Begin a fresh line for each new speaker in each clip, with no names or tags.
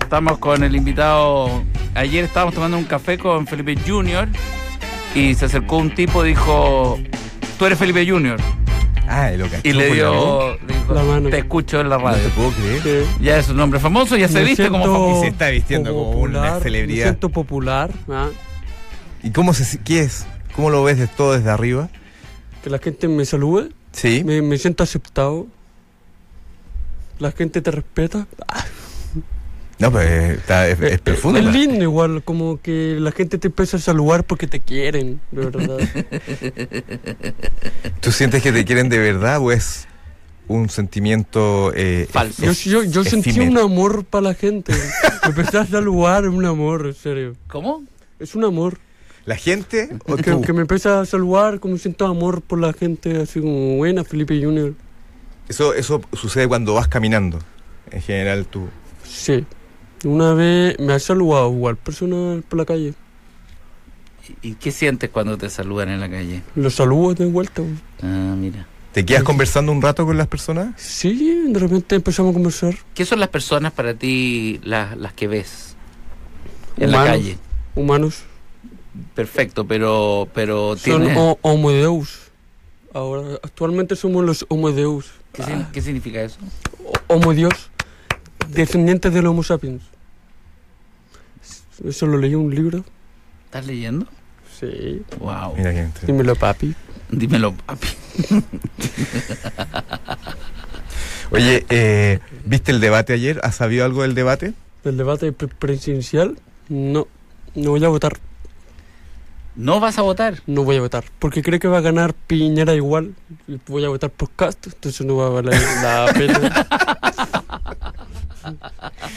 Estamos con el invitado. Ayer estábamos tomando un café con Felipe Junior y se acercó un tipo y dijo: Tú eres Felipe Junior.
Ah, lo cachó
Y le
con la boca.
dio, le dijo,
La mano.
Te escucho en la
No te
radio.
puedo creer.
Sí.
Ya es un hombre famoso, ya se
Me
viste como
siento-
famoso.
Y se está vistiendo como una celebridad.
Me siento popular, ¿ah?
¿Y cómo se, qué es? ¿Cómo lo ves de todo desde arriba?
que la gente me salude,
Sí.
me, me siento aceptado, la gente te respeta. Ah,
No, pero eh, está- es, es
eh,
profundo. pues.
Es
¿no?
lindo igual, como que la gente te empieza a saludar porque te quieren, de verdad.
¿Tú sientes que te quieren de verdad o es un sentimiento eh,
Falso.
yo yo, yo sentí un
efímero?
amor para la gente, me empecé a saludar, un amor, en serio.
¿Cómo?
Es un amor,
¿La gente o
que,
tú?
que me empieza a saludar, como siento amor por la gente, así como, buena, Felipe Junior.
Eso, eso sucede cuando vas caminando. En general tú.
Sí. Una vez me ha saludado igual personas por la calle.
¿Y qué sientes cuando te saludan en la calle?
Los saludos de vuelta. güey.
Ah, mira.
¿Te quedas conversando un rato con las personas?
Sí, de repente empezamos a conversar.
¿Qué son las personas para ti las, las que ves en la
Humanos.
calle?
Humanos.
Perfecto, pero pero
Son
tiene
ho- homo deus. Ahora, actualmente somos los homo deus.
¿qué, sin- qué significa eso?
Ho- Homo dios. Descendientes del homo sapiens. Eso lo leí en un libro.
¿Estás leyendo?
Sí.
Wow.
Mira que entre-
Dímelo, papi.
Dímelo, papi.
Oye, eh, ¿viste el debate ayer? ¿Has sabido algo del debate?
¿Del debate pre- presidencial? No. No voy a votar.
No vas a votar.
No voy a votar, porque creo que va a ganar Piñera igual. y Voy a votar por Cast, entonces no va a valer la pena.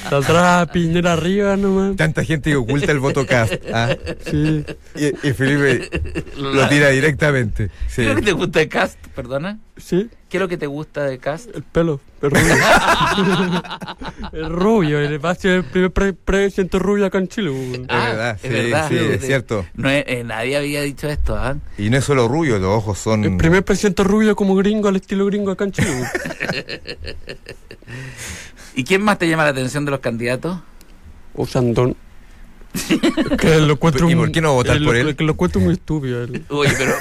Saldrá Piñera arriba nomás.
Tanta gente que oculta el voto cast. ah.
Sí.
Y, y Felipe lo tira directamente.
¿Qué
Sí.
es lo que te gusta de Cast? Perdona.
Sí,
¿Qué es lo que te gusta de Cast?
el pelo, el rubio. el rubio, el, va a ser el primer pre- presidente rubio acá en Chile. weón.
Es verdad,
Ah, es verdad.
sí,
Sí.
es cierto.
No, es- eh, nadie había dicho esto, ¿ah?
Y no es solo rubio, los ojos son.
El primer presidente rubio como gringo, al estilo gringo acá en Chile. weón.
¿Y quién más te llama la atención de los candidatos?
O Sandón. Que lo encuentro
¿Y
un-
por qué no votar
eh, lo-
por él?
Que lo encuentro muy estúpido. él.
Oye, pero,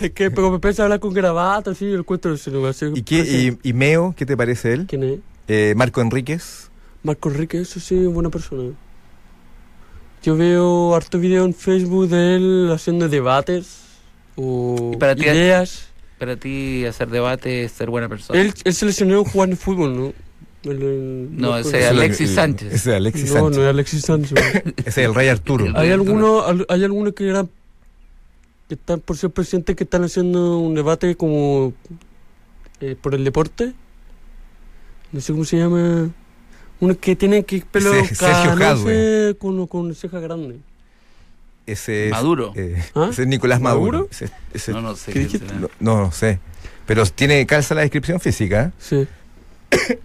Es que pero me empieza a hablar con grabata, así, el cuento de celular. así,
¿Y, qué, y, y Meo, qué te parece él?
¿Quién es?
Eh, Marco Enríquez.
Marco Enrique, eso sí, es buena persona. Yo veo harto video en Facebook de él haciendo debates o
¿Y para ti-
ideas.
para ti hacer debate es ser buena persona.
Él, él se lesionó jugando al fútbol, ¿no? El- el-
No,
Marco
ese Eh,
Ese
Enrique.
Alexis
es el-
Sánchez.
Ese es Alexis
No,
Sánchez.
no es Alexis Sánchez.
Ese es el Rey Arturo.
El-
hay algunos al- hay algunos que eran que están por ser presidente que están haciendo un debate como eh, por el deporte no sé cómo se llama uno que tiene que pelo
Ese es Sergio
canoso con, con ceja grande
Ese es.
Maduro.
eh,
¿Ah?
ese es Nicolás Maduro.
¿Maduro?
Ese- ese-
No, no sé.
¿Qué
quién
dijiste?
será.
No, no, no sé. Pero tiene calza la descripción física. ¿eh?
sí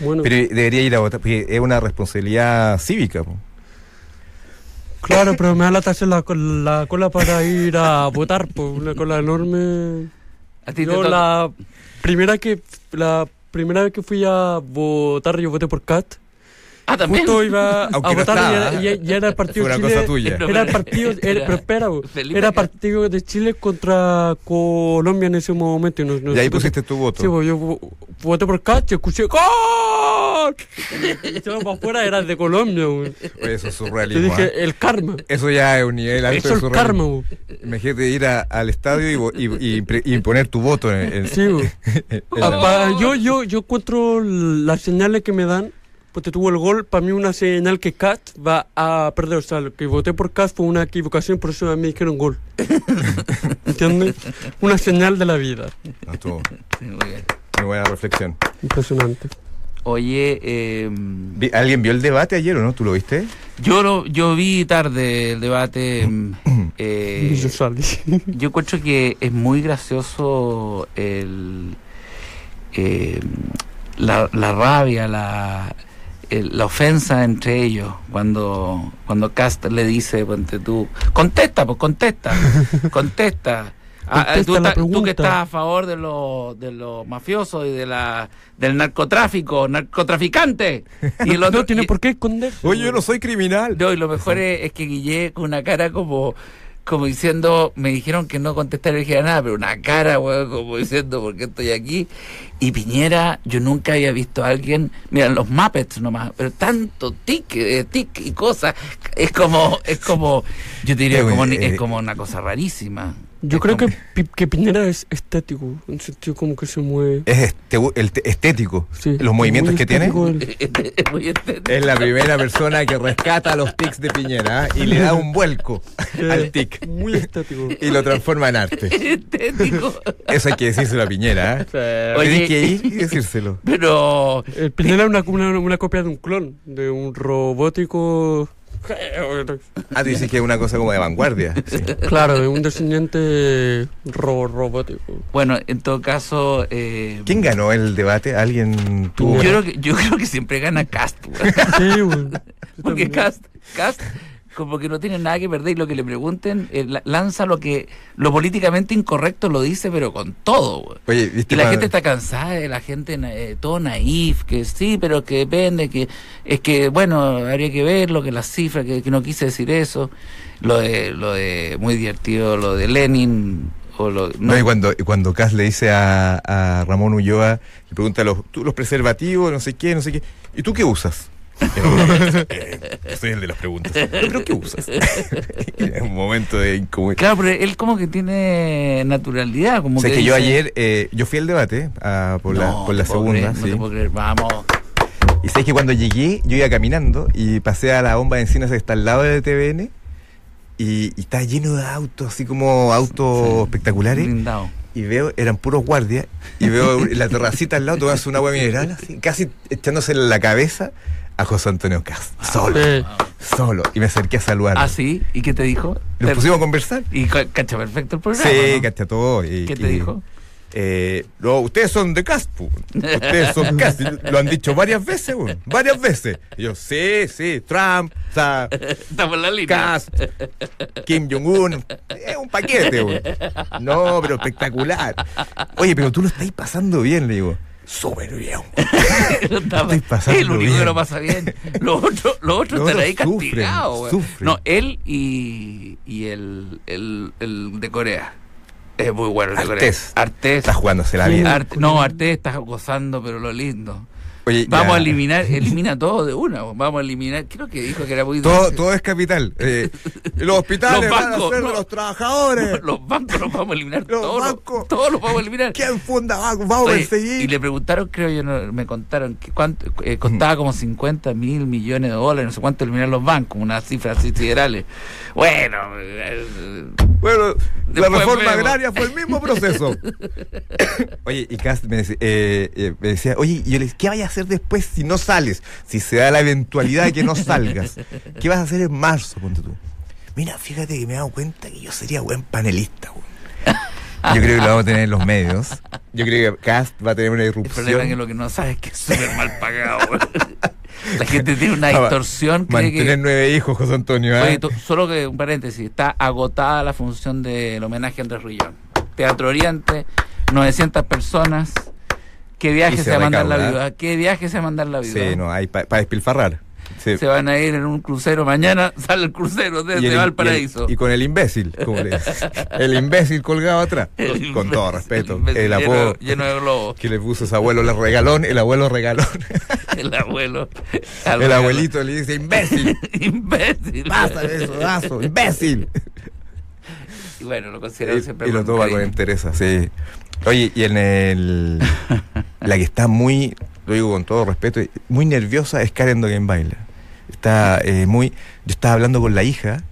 bueno
Pero debería ir a votar, porque es una responsabilidad cívica. po.
claro pero me da lata hacer la, col- la cola para ir a votar por una cola enorme
A ti te
Yo
toca-
la primera que la primera vez que fui a votar yo voté por Cat.
Ah, también.
Justo iba a
Aunque no
votar
estaba.
y, era- y- y era el
Fue
partido
una
Chile.
cosa tuya.
No,
Era el
pero-
partido, era,
era-
pero espera, bo,
Felipe
era
Cat.
partido de Chile contra Colombia en ese momento. Y, no-
Y
no-
ahí
nosotros-
pusiste tu voto.
Sí, bo, yo vo- voté por Cat y escuché ¡Gol! Y todo para afuera era de Colombia. bo.
Oye, eso es
Yo
surrealismo. ¿ah?
dije, el karma.
Eso ya es un nivel alto
Eso
de
es el karma.
surrealismo.
bo.
Imagínate ir a- al estadio y vo- y, y pre- y imponer tu voto en, en-
Sí, bo.
en- en-
Ah, pa- yo, yo, yo encuentro las señales que me dan. Pues te tuvo el gol. Para mí, una señal que Cat va a perder. O sea, lo que voté por Cat fue una equivocación, por eso a mí me dijeron gol. ¿Entiendes? Una señal de la vida.
No, estuvo-
Muy bien.
Muy buena reflexión.
Impresionante.
Oye, eh,
Vi- ¿Alguien vio el debate ayer o no? ¿Tú lo viste?
yo, lo- yo vi tarde el debate. mm, eh,
Y yo salí.
Yo encuentro que es muy gracioso el, eh, la, la rabia, la, el- la ofensa entre ellos cuando, cuando Cast le dice, ponte tú, contesta, pues contesta, contesta. Ah, ah,
Contesta
tú,
la
estás- tú
pregunta.
que estás a favor de los de los mafiosos y de la del narcotráfico, narcotraficante. Y el otro
no tiene
y-
por qué esconderse.
Oye, yo no soy criminal.
No, y lo mejor es, es que Guille con una cara como como diciendo, me dijeron que no contestara y dijera nada, pero una cara, weón, como diciendo, ¿por qué estoy aquí? Y Piñera, yo nunca había visto a alguien, mira, los Muppets nomás, pero tanto tic, eh, tic y cosas, es como, es como, yo te diría,
Eh,
como, ni-
eh,
es como una cosa rarísima.
Yo
Es
creo
como-
que, Pi- que Piñera es estético, en sentido como que se mueve.
Es este, el te- estético.
Sí,
Los movimientos
muy
que tiene.
estético
Eh,
él.
es muy estético.
Es la primera persona que rescata los tics de Piñera ¿ah? y le da un vuelco al tic
Muy estético.
y lo transforma en arte.
estético.
Eso hay que decírselo a Piñera. ¿eh? Tienes que ir y decírselo.
pero
El Piñera es Eh, una, una, una copia de un clon, de un robótico.
Ah, tú dices que es una cosa como de vanguardia. Sí.
Claro, de un descendiente ro- robótico.
bueno, en todo caso, eh,
¿Quién ganó el debate? ¿Alguien
yo
tuvo?
creo que yo creo que siempre gana Cast, güey.
Sí, güey.
porque
También.
Cast, Cast como que no tiene nada que perder y lo que le pregunten eh, la- lanza lo que lo políticamente incorrecto lo dice, pero con todo. güey.
Oye, ¿viste?
Y la
cuando-
gente está cansada de la gente na- eh, todo naif, que sí, pero que depende, que es que, bueno, habría que verlo, que las cifras, que, que no quise decir eso. Lo de, lo de, muy divertido, lo de Lenin, o lo...
No, y cuando, y cuando Cass le dice a, a Ramón Ulloa, le pregunta los, tú los preservativos, no sé qué, no sé qué. ¿Y tú qué usas? Eh, Soy el de las preguntas. ¿Tú creo que usas? es un momento de incomodidad.
Claro, pero él como que tiene naturalidad, como
O sea,
que
que yo
dice,
ayer, eh, yo fui al debate ah, por,
"No,
la, por la
te puedo
segunda,
creer, no te
sí.
puedo creer, vamos.
Y sabes que cuando llegué, yo iba caminando y pasé a la bomba de encinas que está al lado de TVN y, y estaba lleno de autos, así como autos
Sí.
espectaculares.
Blindado.
y veo, eran puros guardias, y veo la terracita al lado tomándose un agua mineral, así, casi echándose en la cabeza a José Antonio Cast. Solo,
Eh,
solo. Y me acerqué a saludar.
Ah, sí, ¿y qué te dijo?
Nos
Te-
pusimos a conversar.
Y ca- cacha perfecto el programa.
Sí,
¿no?
cacha todo. y-
¿Qué te
y-
dijo?
eh, no, ustedes son de Cast, pu. ustedes son Cast, y lo han dicho varias veces, weón, varias veces. Y yo, sí, sí, Trump, o sea,
Estamos en la línea.
Cast, Kim Jong-un, es un paquete, weón. No, pero espectacular. Oye, pero tú lo estáis pasando bien, le digo. Súper bien.
Lo estaba-
Estoy pasando
él único que
bien.
lo pasa bien. Los otros los otros
Los
están
otros
ahí castigados.
sufren,
güey.
sufren.
No, él y, y el, el, el de Corea. Es muy bueno el de Corea.
Artés.
Artés.
Está jugándose la vida.
Arte- no, Artés está gozando, pero lo lindo.
Oye,
Vamos
ya.
a eliminar, elimina todo de una. güey. Vamos a eliminar, creo que dijo que era muy
Todo,
dulce.
todo es capital. Eh, los hospitales
Los
van
bancos,
a ser
no.
de los trabajadores.
Los bancos los vamos a eliminar.
Los
todos, los-
bancos.
todos los vamos a eliminar.
¿Quién funda banco? Vamos a
Oye,
perseguir.
y le preguntaron, creo yo, no, me contaron que cuánto eh, costaba como 50 mil millones de dólares, no sé cuánto eliminar los bancos, unas cifras así siderales. Bueno, eh,
Bueno, la
Después
reforma
vemos.
agraria fue el mismo proceso. oye, y Cast me, dec- eh, eh, me decía, oye, y yo le decía, ¿qué vayas a hacer después si no sales? Si se da la eventualidad de que no salgas. ¿Qué vas a hacer en marzo, ponte tú? Mira, fíjate que me he dado cuenta que yo sería buen panelista, weón. Yo creo que lo vamos a tener en los medios. Yo creo que Cast va a tener una
el problema es que
irrupción.
lo que no sabes es que es súper mal pagado. güey. La gente tiene una
Ah, va.
distorsión, cree
Mantener
que...
nueve hijos, José Antonio. ¿ah?
Oye, tú- solo que un paréntesis, está agotada la función del homenaje a Andrés Rullón. Teatro Oriente, 900 personas. ¿Qué viaje
se
se, va a mandar la
recauda.
viuda? ¿Qué viaje se va a mandar la viuda?
Sí, no, hay para despilfarrar. Sí.
se van a ir en un crucero mañana, sale el crucero
Y
desde
el-
Valparaíso.
y el- Y, con el imbécil, como le- el imbécil colgado atrás.
El
con
imbécil-
todo respeto. El,
imbécil lleno-
apodo
Lleno, de globos,
que le puso su abuelo, el regalón, el abuelo regalón.
el abuelo.
el abuelito le dice, imbécil,
Imbécil.
pásale eso, vaso, imbécil.
Y bueno, lo
Y,
consideramos siempre.
y lo
con
toma con
cariño.
entereza, sí. Oye, y en el... La que está muy, lo digo con todo respeto, muy nerviosa es Karen Dogenbailer. Está eh, muy... Yo estaba hablando con la hija,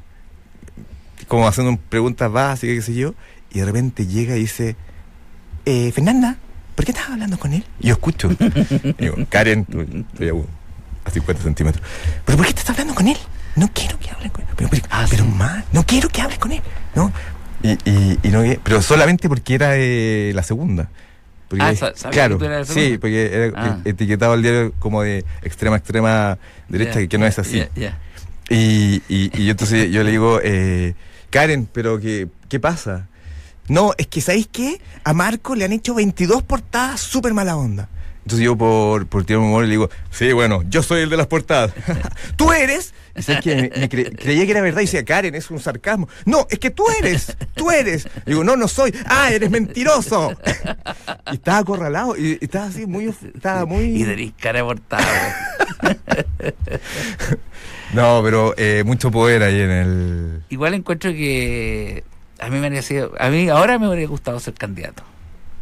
como haciendo un- preguntas básicas, qué sé yo, y de repente llega y dice, eh, Fernanda, ¿por qué estás hablando con él? Y yo escucho. Y digo, Karen, tú- tú ya, uh, a 50 centímetros. ¿Pero por qué te estás hablando con él? No quiero que hablen con él. Pero, pero,
Ah,
pero,
sí.
ma, no quiero que hables con él. No. Y, y, y no, pero solamente porque era eh, la segunda. Porque,
Ah, sa- sabía
claro,
que tú eras la
sí,
segunda.
porque era
Ah.
eh, etiquetado el diario como de extrema, extrema derecha,
Ya,
que no es así.
ya, ya.
Y, y, y yo entonces yo le digo, eh, Karen, pero ¿qué, qué pasa? No, es que ¿sabéis qué? A Marco le han hecho 22 portadas súper mala onda. Entonces yo por, por tirar un humor le digo, sí, bueno, yo soy el de las portadas. tú eres. Y sabes que me, me cre- creía que era verdad y decía, Karen, es un sarcasmo. No, es que tú eres, tú eres. Y digo, no, no soy. Ah, eres mentiroso. y estaba acorralado y, y estaba así muy... of- Estaba muy...
Y tenés cara de portada.
No, pero eh, mucho poder ahí en el...
Igual encuentro que a mí me habría sido, a mí ahora me habría gustado ser candidato.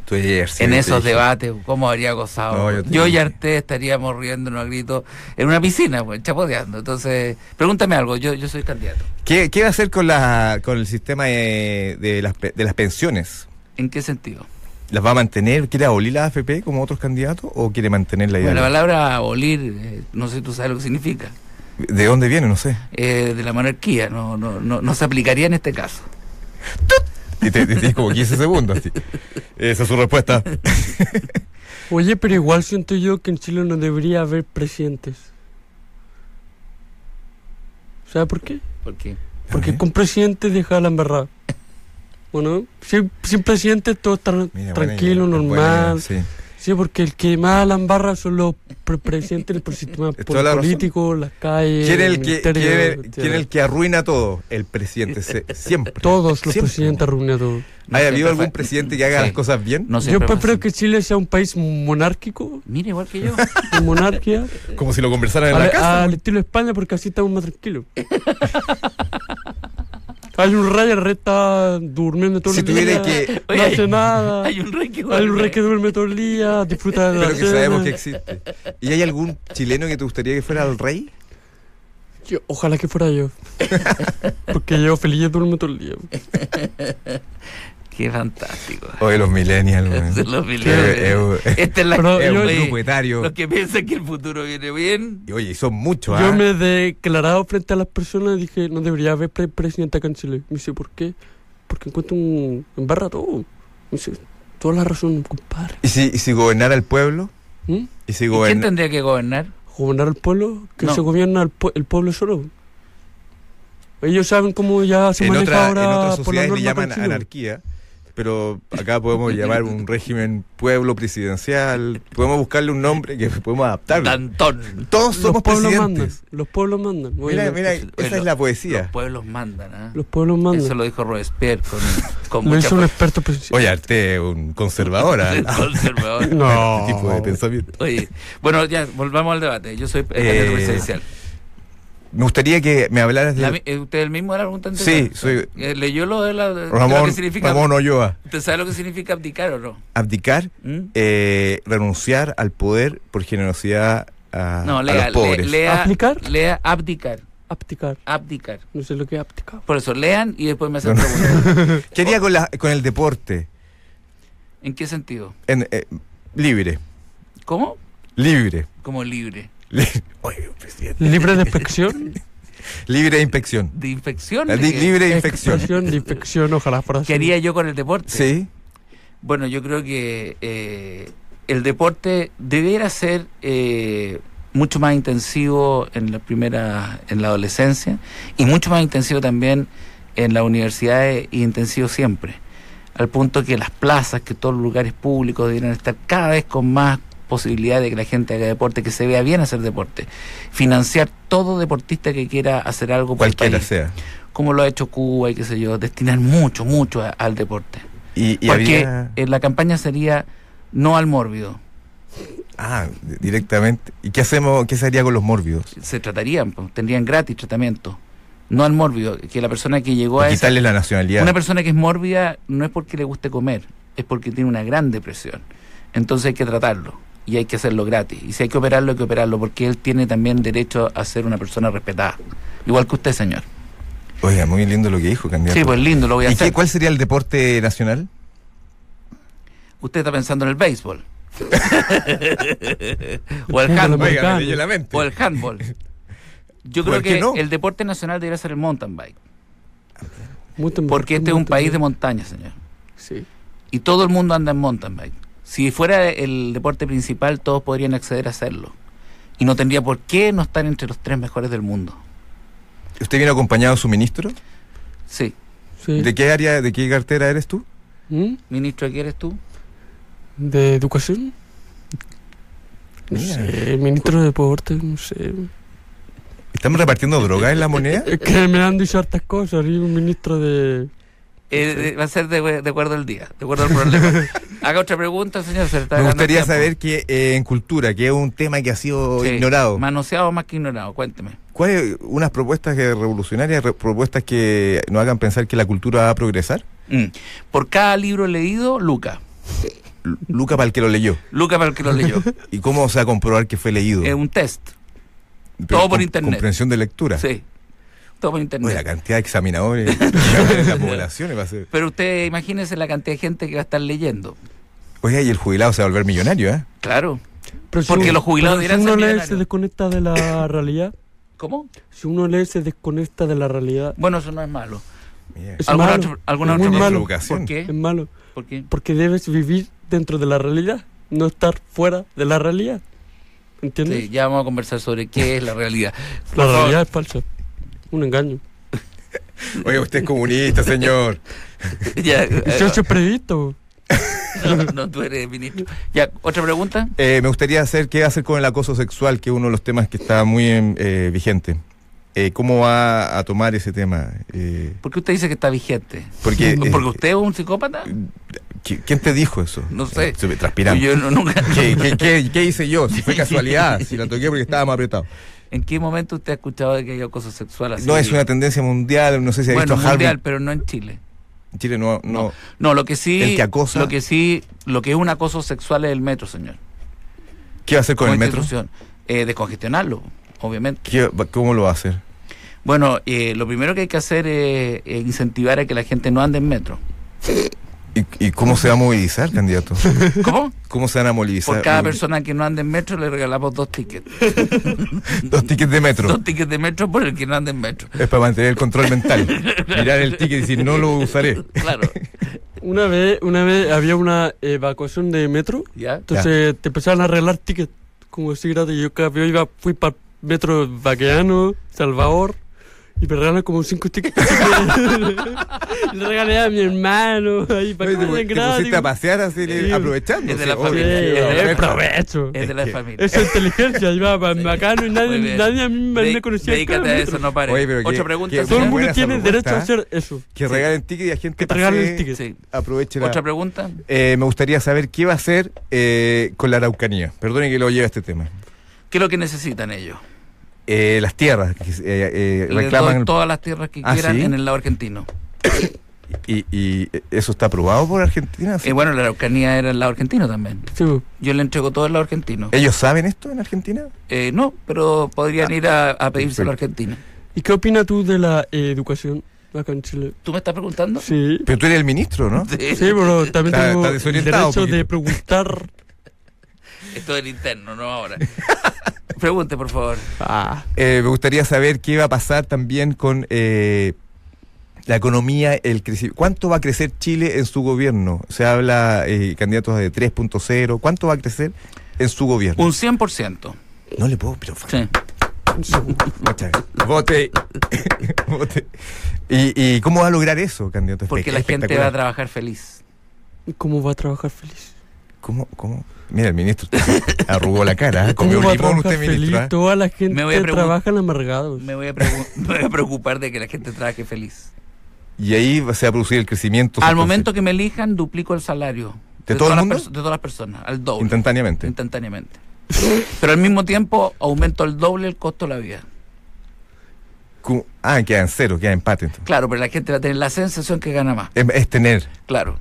Tú ayer, sí,
en
te
esos
dije.
debates, cómo habría gozado.
No, yo
yo,
te
y
dije.
Arte estaríamos riéndonos a gritos en una piscina, pues, chapoteando. Entonces, pregúntame algo, yo, yo soy candidato.
¿Qué, qué va a hacer con, la, con el sistema de, de las, pe- de las pensiones?
¿En qué sentido?
¿Las va a mantener? ¿Quiere abolir la AFP como otros candidatos o quiere mantener la idea?
Bueno, la palabra abolir, eh, no sé si tú sabes lo que significa,
¿De dónde viene? No sé.
eh, de la monarquía, no, no, no, no se aplicaría en este caso.
Y te, te- tienes como 15 segundos. así. Esa es su respuesta.
Oye, pero igual siento yo que en Chile no debería haber presidentes. ¿Sabes por qué?
Porque
Porque con presidentes deja la embarrada. Bueno, sin, sin presidente todo está
Mira, buena idea,
tranquilo,
buena idea,
normal. Eh,
sí.
Sí, porque el que más la embarra son los pre- presidentes del sistema
Es toda la razón.
político, las calles.
¿Quién es el que,
ministerio,
quién es-
etcétera.
quién es el que arruina todo? El presidente, se- siempre.
Todos los
Siempre.
presidentes arruinan todo.
no
¿Hay
siempre
habido algún
fue-
presidente que haga
Sí.
las cosas bien?
No
Yo
siempre fue
prefiero
así.
que Chile sea un país monárquico,
Mira, igual que yo.
de monarquía,
Como si lo conversaran en la
al,
casa.
al estilo España, porque así estamos más tranquilos. Hay un rey, el rey está durmiendo todo
Si
el
tuviera
día.
que-
Oye,
no
hay-
hace nada.
Hay un rey que
Hay un
duerme.
rey que duerme todo el día, disfruta de la
Pero que sabemos que
cena.
existe. ¿Y hay algún chileno que te gustaría que fuera el rey?
Yo- ojalá que fuera yo. Porque yo feliz duermo todo el día.
Qué fantástico.
O de los millennials. weón.
Son los
Eh,
millennials.
eh,
Esta es la
Pero
eh,
Oye,
yo-
un grupo etario.
Los que piensan que el futuro viene bien.
Y Oye, y son muchos.
Yo
¿ah?
me he declarado frente a las personas y dije, no debería haber pre- presidente acá en Chile. Me dice, ¿por qué? Porque encuentro un... embarra todo. Me dice, toda la razón, compadre.
¿Y, si, y si gobernara el pueblo?
¿Mm?
¿Y si
¿Y ¿Quién
gobernara?
tendría que gobernar?
Gobernar al pueblo, que
No.
se gobierna el, pue- el pueblo solo. Ellos saben cómo ya se
En,
maneja
otra- en
ahora
otras
por la
sociedades
norma
le
acá en
llaman
Chile.
anarquía. Pero acá podemos llamar un régimen pueblo presidencial. Podemos buscarle un nombre que podemos adaptarlo.
Dantón.
Todos
Los
somos
pueblos mandan.
presidentes.
Los pueblos mandan.
Mira,
obviamente.
mira,
Bueno,
esa es la
Los
poesía.
pueblos mandan, ¿ah?
Los pueblos mandan.
Eso lo dijo Robespierre con, con
Lo
mucha
hizo un experto presidencial.
Oye, Arte, un conservador. ¿ah?
conservador.
No.
Este tipo de pensamiento.
Oye, bueno, ya volvamos al debate. Yo soy eh, candidato
Eh,
presidencial.
Me gustaría que me hablaras de
La mi- eh, ¿Usted el mismo era la pregunta
Sí,
anterior?
soy-
Eh, ¿Leyó lo de la, de lo
Ramón,
que significa?
Ramón Olloa.
¿Usted sabe lo que significa abdicar o no?
Abdicar
¿Mm?
eh, renunciar al poder por generosidad a,
No,
Ah, a
lea, le-
los pobres.
lea,
¿Aplicar?
lea abdicar,
Apticar.
abdicar.
No sé lo que es apticar.
Por eso, lean y después me hacen
No, no.
preguntas.
¿Qué haría con, la- con el deporte?
¿En qué sentido?
En, eh, libre,
¿Cómo?
libre.
Como libre.
li- Oye, presidente.
Libre de infección.
Libre de inspección.
¿De infección?
Li-
¿Qué-
libre de infección.
eh,
Infección, de infección, ojalá fuera así.
¿Qué haría yo con el deporte?
Sí.
Bueno, yo creo que eh, el deporte debiera ser eh, mucho más intensivo en la primera, en la adolescencia y mucho más intensivo también en las universidades y intensivo siempre, al punto que las plazas, que todos los lugares públicos debieran estar cada vez con más posibilidad de que la gente haga deporte, que se vea bien hacer deporte, financiar todo deportista que quiera hacer algo por el
Cualquiera
país,
sea.
como lo ha hecho Cuba y qué sé yo, destinar mucho, mucho a- al deporte.
Y, y
Porque
había.
eh, la campaña sería no al mórbido.
Ah, di- directamente. ¿Y qué hacemos? ¿Qué se haría con los mórbidos?
Se tratarían, pues, tendrían gratis tratamiento. No al mórbido, que la persona que llegó a
Quitarles
esa,
la nacionalidad.
una persona que es mórbida no es porque le guste comer, es porque tiene una gran depresión. Entonces hay que tratarlo y hay que hacerlo gratis. Y si hay que operarlo, hay que operarlo, porque él tiene también derecho a ser una persona respetada. Igual que usted, señor.
Oiga, muy lindo lo que dijo, candidato.
Sí, pues lindo, lo voy a
¿Y qué-
hacer.
cuál sería el deporte nacional?
Usted está pensando en el béisbol. o el
Oiga,
handball.
Oiga, me leyó
la mente.
o el handball. Yo
¿Por
creo
qué
que
no?
el deporte nacional debería ser el mountain bike,
Muy temprano,
porque este es
muy
un país de
temprano.
montaña, señor.
Sí.
Y todo el mundo anda en mountain bike. Si fuera el deporte principal, todos podrían acceder a hacerlo. Y no tendría por qué no estar entre los tres mejores del mundo.
¿Usted viene acompañado de su ministro?
Sí,
sí.
¿De qué área, de qué cartera eres tú?
¿Mm?
¿Ministro de qué eres tú?
¿De educación? No
Mira.
sé, ministro de deporte, no sé.
¿Están repartiendo droga en la moneda?
Es que me han dicho hartas cosas. Y un ministro de.
Eh, eh, va a ser de, de acuerdo al día, de acuerdo al problema. Haga otra pregunta, señor. se le está
Me
ganando
gustaría
tiempo.
saber que eh, en cultura, que es un tema que ha sido
Sí,
ignorado,
Manoseado más que ignorado, cuénteme.
¿cuáles unas propuestas que revolucionarias, re- propuestas que nos hagan pensar que la cultura va a progresar?
Mm. Por cada libro leído, Luca.
Lu- Luca para el que lo leyó.
Luca para el que lo leyó.
¿Y cómo se va a comprobar que fue leído?
es un test.
Pero
todo por
con-
internet.
Comprensión de lectura.
Sí. Todo por
Oye, la
internet.
cantidad de examinadores que hay en la población va a ser.
Pero usted imagínese la cantidad de gente que va a estar leyendo.
Oiga, y el jubilado se va a volver millonario, ¿eh?
Claro.
Pero
Porque los jubilados
pero
dirán
Si
ser
uno lee,
millonarios.
se desconecta de la realidad.
¿Cómo?
Si uno lee, se desconecta de la realidad.
Bueno, eso no es malo.
Mira.
Es
¿Alguna
malo.
otra, alguna
Es
otra
muy
cosa?
malo.
Educación.
¿Por
Es
qué?
malo.
¿Por qué?
Porque debes vivir dentro de la realidad, no estar fuera de la realidad. ¿Entiendes?
Sí, ya vamos a conversar sobre qué es la realidad. Por
La
favor.
realidad es falsa. Un engaño.
Oye, usted es comunista, señor.
Ya,
Y
eh,
yo soy previsto.
no, no, tú eres ministro. Ya, ¿otra pregunta?
Eh, me gustaría hacer qué hacer con el acoso sexual, que es uno de los temas que está muy em, eh, vigente. Eh, ¿Cómo va a tomar ese tema? Eh,
¿Por qué usted dice que está vigente?
porque, eh,
¿Porque usted es un psicópata?
¿qui- ¿Quién te dijo eso?
No sé.
Eh, se me transpiramos.
Yo no- nunca...
¿Qué, qué, qué- qué hice yo? Si fue casualidad, si la toqué porque estaba más apretado.
¿En qué momento usted ha escuchado de que hay acoso sexual así?
No es una tendencia mundial, no sé si ha
Bueno,
visto Harvey.
mundial, pero no en Chile.
En Chile no, no.
No, lo que sí...
El que acosa-
Lo que sí... Lo que es un acoso sexual es el metro, señor.
¿Qué va a hacer con
Como
el metro?
institución. Eh, descongestionarlo, obviamente.
¿Qué va- ¿Cómo lo va a hacer?
Bueno, eh, lo primero que hay que hacer es eh, incentivar a que la gente no ande en metro.
¿Y, y cómo se va a movilizar, candidato?
¿Cómo?
¿Cómo se van a movilizar?
Por cada
Movi-
persona que no ande en metro le regalamos dos tickets.
Dos tickets de metro.
Dos tickets de metro por el que no ande en metro.
Es para mantener el control mental. Mirar el ticket y decir, no lo usaré.
Claro.
Una vez, una vez había una evacuación de metro,
¿Ya?
entonces te empezaron a arreglar tickets, como si gratis. Yo cada vez iba, fui para metro Baqueano, Salvador, y me regalaron como cinco tickets. Le regalé a mi hermano, ahí para
Oye,
que
te,
vayan
te pusiste a
gratis.
pasear así, le-
Sí.
aprovechando.
Es de
sí,
la
obvio.
Sí,
familia.
Sí,
Es
la
de
es
oferta.
provecho.
Es de
Es
la
que-
familia.
Eso es inteligencia, iba para
Eh, Sí.
Bacano y nadie,
Muy bien.
nadie a mí me, me
Ded-
conocía.
Dedícate a
cada
eso,
metro.
no pare.
Oye, pero
Otra
qué-
pregunta,
qué-
Todo el
señor.
Buena
mundo
esa
tiene
propuesta,
derecho a
¿eh?
hacer eso.
Que regalen ticket y la gente
Que te regalen
pasee,
el ticket.
Sí.
aproveche la...
Otra pregunta.
Eh, me gustaría saber qué va a hacer eh, con la Araucanía. Perdone que lo lleve a este tema.
¿Qué es lo que necesitan ellos?
Eh, las tierras que, eh, eh,
Les
reclaman
doy todas las tierras que
¿Ah,
quieran
sí?
en el lado argentino.
y, y, eh, eso está aprobado por Argentina. ¿sí?
Y Eh, bueno, la Araucanía era el lado argentino también.
Sí, bo.
Yo le entrego todo el lado argentino.
¿Ellos saben esto en Argentina?
Eh, no, pero podrían
Ah,
ir a, a pedírselo a Argentina.
¿Y qué opinas tú de la eh, educación acá en Chile?
¿Tú me estás preguntando?
Sí.
Pero tú eres el ministro, ¿no?
Sí.
Sí, pero también
Eh, Está-
tengo
está
el
desorientado
derecho
un
de preguntar.
Esto del interno, no ahora. Pregunte, por favor.
Ah,
Eh, me gustaría saber qué va a pasar también con eh, la economía, el crecimiento. ¿Cuánto va a crecer Chile en su gobierno? Se habla, eh, candidatos de 3.0. ¿Cuánto va a crecer en su gobierno?
Un 100%.
No le puedo, pero
Sí.
un segundo.
Muchas gracias. Vote. Vote. ¿Y, y cómo va a lograr eso, candidato? Espe-
Porque la gente va a
espectacular.
trabajar feliz.
¿Y ¿Cómo va a trabajar feliz?
¿Cómo, cómo? Mira, el ministro arrugó la cara. ¿eh? Comió
¿Cómo
un
va a
limón
trabajar
usted, ministro.
feliz?
¿eh?
Toda la gente
Me voy a pregun-
trabaja amargados.
Me voy a, pregu- me voy a preocupar de que la gente trabaje feliz.
Y ahí va- se va a producir el crecimiento.
Al momento que me elijan, duplico el salario.
¿De todo el
todas las
mundo?
perso- De todas las personas, al doble.
Instantáneamente.
Instantáneamente. Pero al mismo tiempo, aumento al doble el costo de la vida.
Cu- Ah, queda en cero, queda empate. entonces.
Claro, pero la gente va a tener la sensación que gana más.
Es, es tener.
Claro.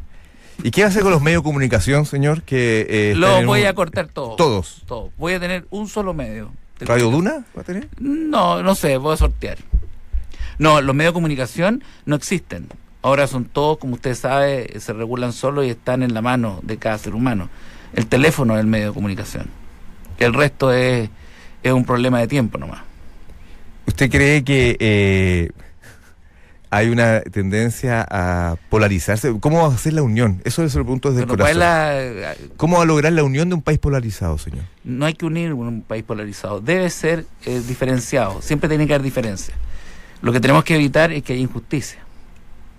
¿Y qué va a hacer con los medios de comunicación, señor? Que, eh, están
Lo
en
voy
un-
a cortar todo.
Todos.
Todo. Voy a tener un solo medio.
¿Radio Duna va a tener?
No, no sé, voy a sortear. No, los medios de comunicación no existen. Ahora son todos, como usted sabe, se regulan solo y están en la mano de cada ser humano. El teléfono es el medio de comunicación. El resto es, es un problema de tiempo nomás.
¿Usted cree que eh, hay una tendencia a polarizarse? ¿Cómo va a ser la unión? Eso se lo pregunto desde el
Pero ¿cuál es
corazón.
pues la- eh,
¿Cómo va a lograr la unión de un país polarizado, señor?
no hay que unir un país polarizado. Debe ser eh, diferenciado. Siempre tiene que haber diferencia. Lo que tenemos que evitar es que haya injusticia.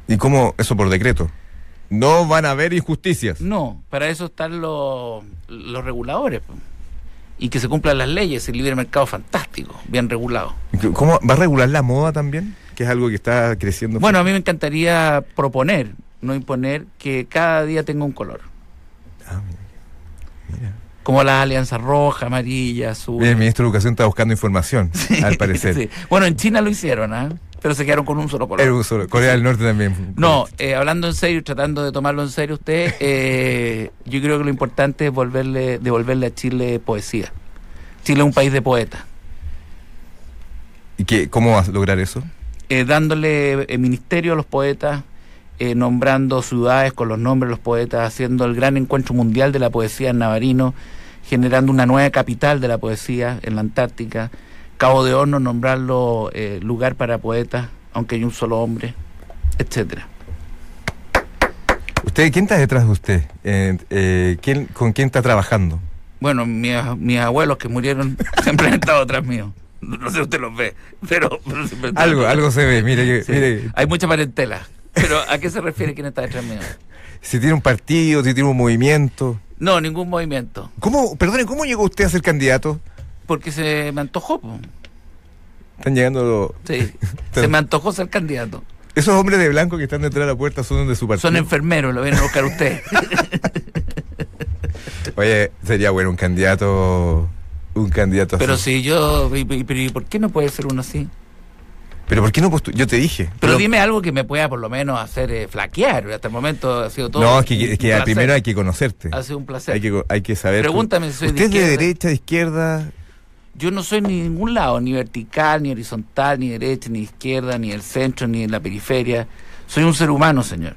¿Y cómo eso por decreto? No van a haber injusticias.
No, para eso están los, los reguladores. po. Y que se cumplan las leyes, el libre mercado fantástico, bien regulado.
¿Cómo va a regular la moda también? Que es algo que está creciendo.
Bueno, a mí me encantaría proponer, no imponer, que cada día tenga un color.
Ah, mira. Mira.
Como las alianzas roja, amarilla, azul.
Mira, el ministro de Educación está buscando información, al parecer.
Sí. Bueno, en China lo hicieron, ¿ah? pero se quedaron con un solo color.
Era un solo- Corea del Norte también.
No, eh, hablando en serio, tratando de tomarlo en serio usted, eh, yo creo que lo importante es volverle, devolverle a Chile poesía. Chile es un país de poetas.
¿Y qué, cómo vas a lograr eso?
Eh, dándole eh, ministerio a los poetas, eh, nombrando ciudades con los nombres de los poetas, haciendo el gran encuentro mundial de la poesía en Navarino, generando una nueva capital de la poesía en la Antártica. Cabo de Horno, nombrarlo eh, lugar para poetas, aunque hay un solo hombre, etcétera.
¿Usted quién está detrás de usted? Eh, eh, ¿quién- ¿Con quién está trabajando?
Bueno, mis, mis abuelos que murieron siempre han estado atrás mío. No sé si usted los ve, pero... pero siempre están
Algo,
atrás.
algo se ve. Mire, que-
Sí.
mire,
Hay mucha parentela. Pero ¿a qué se refiere quién está detrás mío?
si tiene un partido, si tiene un movimiento.
No, ningún movimiento.
¿Cómo, perdone, cómo llegó usted a ser candidato?
Porque se me antojó, po.
Están llegando los-
sí. se me antojó ser candidato.
Esos hombres de blanco que están detrás de la puerta son de su partido.
Son enfermeros, lo vienen a buscar usted.
Oye, sería bueno un candidato, un candidato
Pero
así.
si yo, y- y- pero ¿y ¿por qué no puede ser uno así?
Pero ¿por qué no postu- Yo te dije.
Pero dime algo que me pueda por lo menos hacer eh, flaquear. Hasta el momento ha sido todo.
no,
un-
es que, es
un
que
placer.
primero hay que conocerte.
Ha sido un placer.
Hay que, hay que saber.
Pregúntame si soy de
¿Usted es de
izquierda.
derecha, de izquierda?
Yo no soy ni de ningún lado, ni vertical, ni horizontal, ni derecha, ni izquierda, ni el centro, ni en la periferia. Soy un ser humano, señor.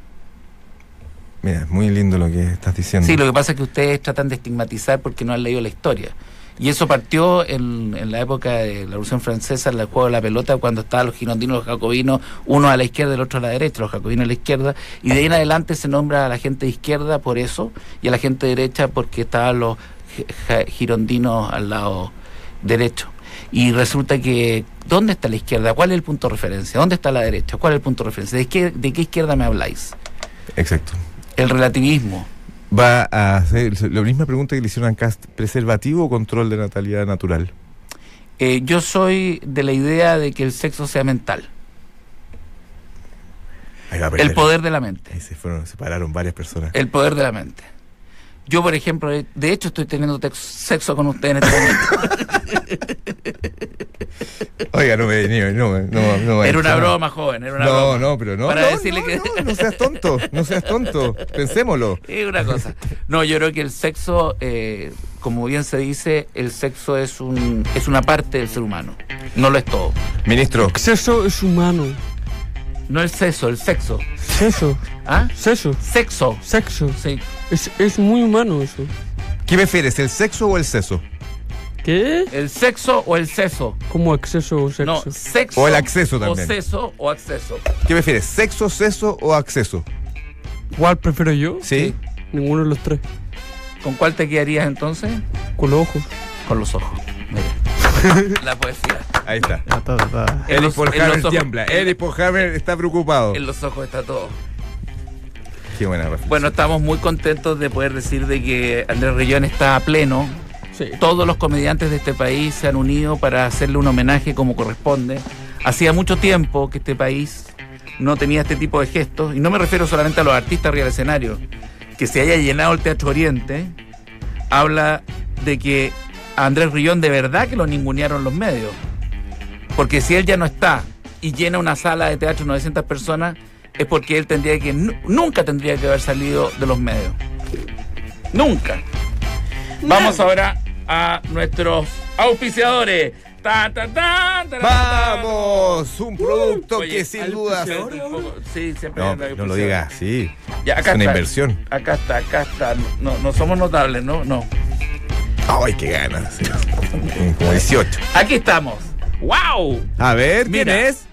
Mira, es muy lindo lo que estás diciendo.
Sí, lo que pasa es que ustedes tratan de estigmatizar porque no han leído la historia. Y eso partió en, en la época de la Revolución Francesa, en el juego de la pelota, cuando estaban los girondinos, los jacobinos, uno a la izquierda y el otro a la derecha, los jacobinos a la izquierda. Y de ahí en adelante se nombra a la gente de izquierda por eso y a la gente de derecha porque estaban los gi- ja- girondinos al lado derecho. Y resulta que, ¿dónde está la izquierda? ¿Cuál es el punto de referencia? ¿Dónde está la derecha? ¿Cuál es el punto de referencia? ¿De qué, de qué izquierda me habláis?
Exacto.
El relativismo.
Va a hacer la misma pregunta que le hicieron a Cast: ¿preservativo o control de natalidad natural?
Eh, yo soy de la idea de que el sexo sea mental,
Ahí va a perder.
el poder de la mente,
Ahí se, fueron, se pararon varias personas.
el poder de la mente. Yo, por ejemplo, eh, de hecho estoy teniendo tex- sexo con usted en este momento.
Oiga, no me. No, no, no, no
era una broma, joven, era una
No,
broma.
no, pero no.
Para
no,
decirle
no,
que-
no, no seas tonto, no seas tonto. Pensémoslo.
Es una cosa. No, yo creo que el sexo, eh, como bien se dice, el sexo es, un, es una parte del ser humano, no lo es todo.
Ministro,
Sexo es humano.
No el sexo, el sexo.
Sexo.
¿Ah?
Sexo.
Sexo.
Sexo.
Sí.
Es, es muy humano eso.
¿qué prefieres, el sexo o el seso?
¿Qué?
¿El sexo o el seso?
Como acceso o sexo.
No, sexo.
O el acceso también.
O seso o acceso.
¿Qué prefieres, sexo, seso o acceso?
¿Cuál prefiero yo?
¿Sí?
Ninguno de los tres.
¿Con cuál te quedarías entonces?
Con los ojos.
Con los ojos. Mira. La poesía.
Ahí está.
En
Eric
los- en los
Porhammer
ojos-
tiembla. Eric Porhammer está preocupado.
En los ojos está todo.
Qué buena reflexión.
Bueno, estamos muy contentos de poder decir de que Andrés Rellón está a pleno.
Sí.
Todos los comediantes de este país se han unido para hacerle un homenaje como corresponde. Hacía mucho tiempo que este país no tenía este tipo de gestos. Y no me refiero solamente a los artistas arriba del escenario. Que se haya llenado el Teatro Oriente habla de que a Andrés Rillón de verdad que lo ningunearon los medios. Porque si él ya no está y llena una sala de teatro 900 personas, es porque él tendría que nu- nunca tendría que haber salido de los medios. Nunca. Vamos ahora a nuestros auspiciadores. Ta, ta, ta, ta, ta, ta.
Vamos, un producto
Uh, Oye,
que sin
al-
duda.
un poco- Sí, siempre
No,
hay un
no lo
auspiciador.
digas así.
Ya,
Es
acá
una
está.
inversión.
Acá está, acá está. No, no somos notables, ¿no? No.
Ay, qué ganas. Como 18.
Aquí estamos. ¡Wow!
A ver, ¿quién
Mira.
es?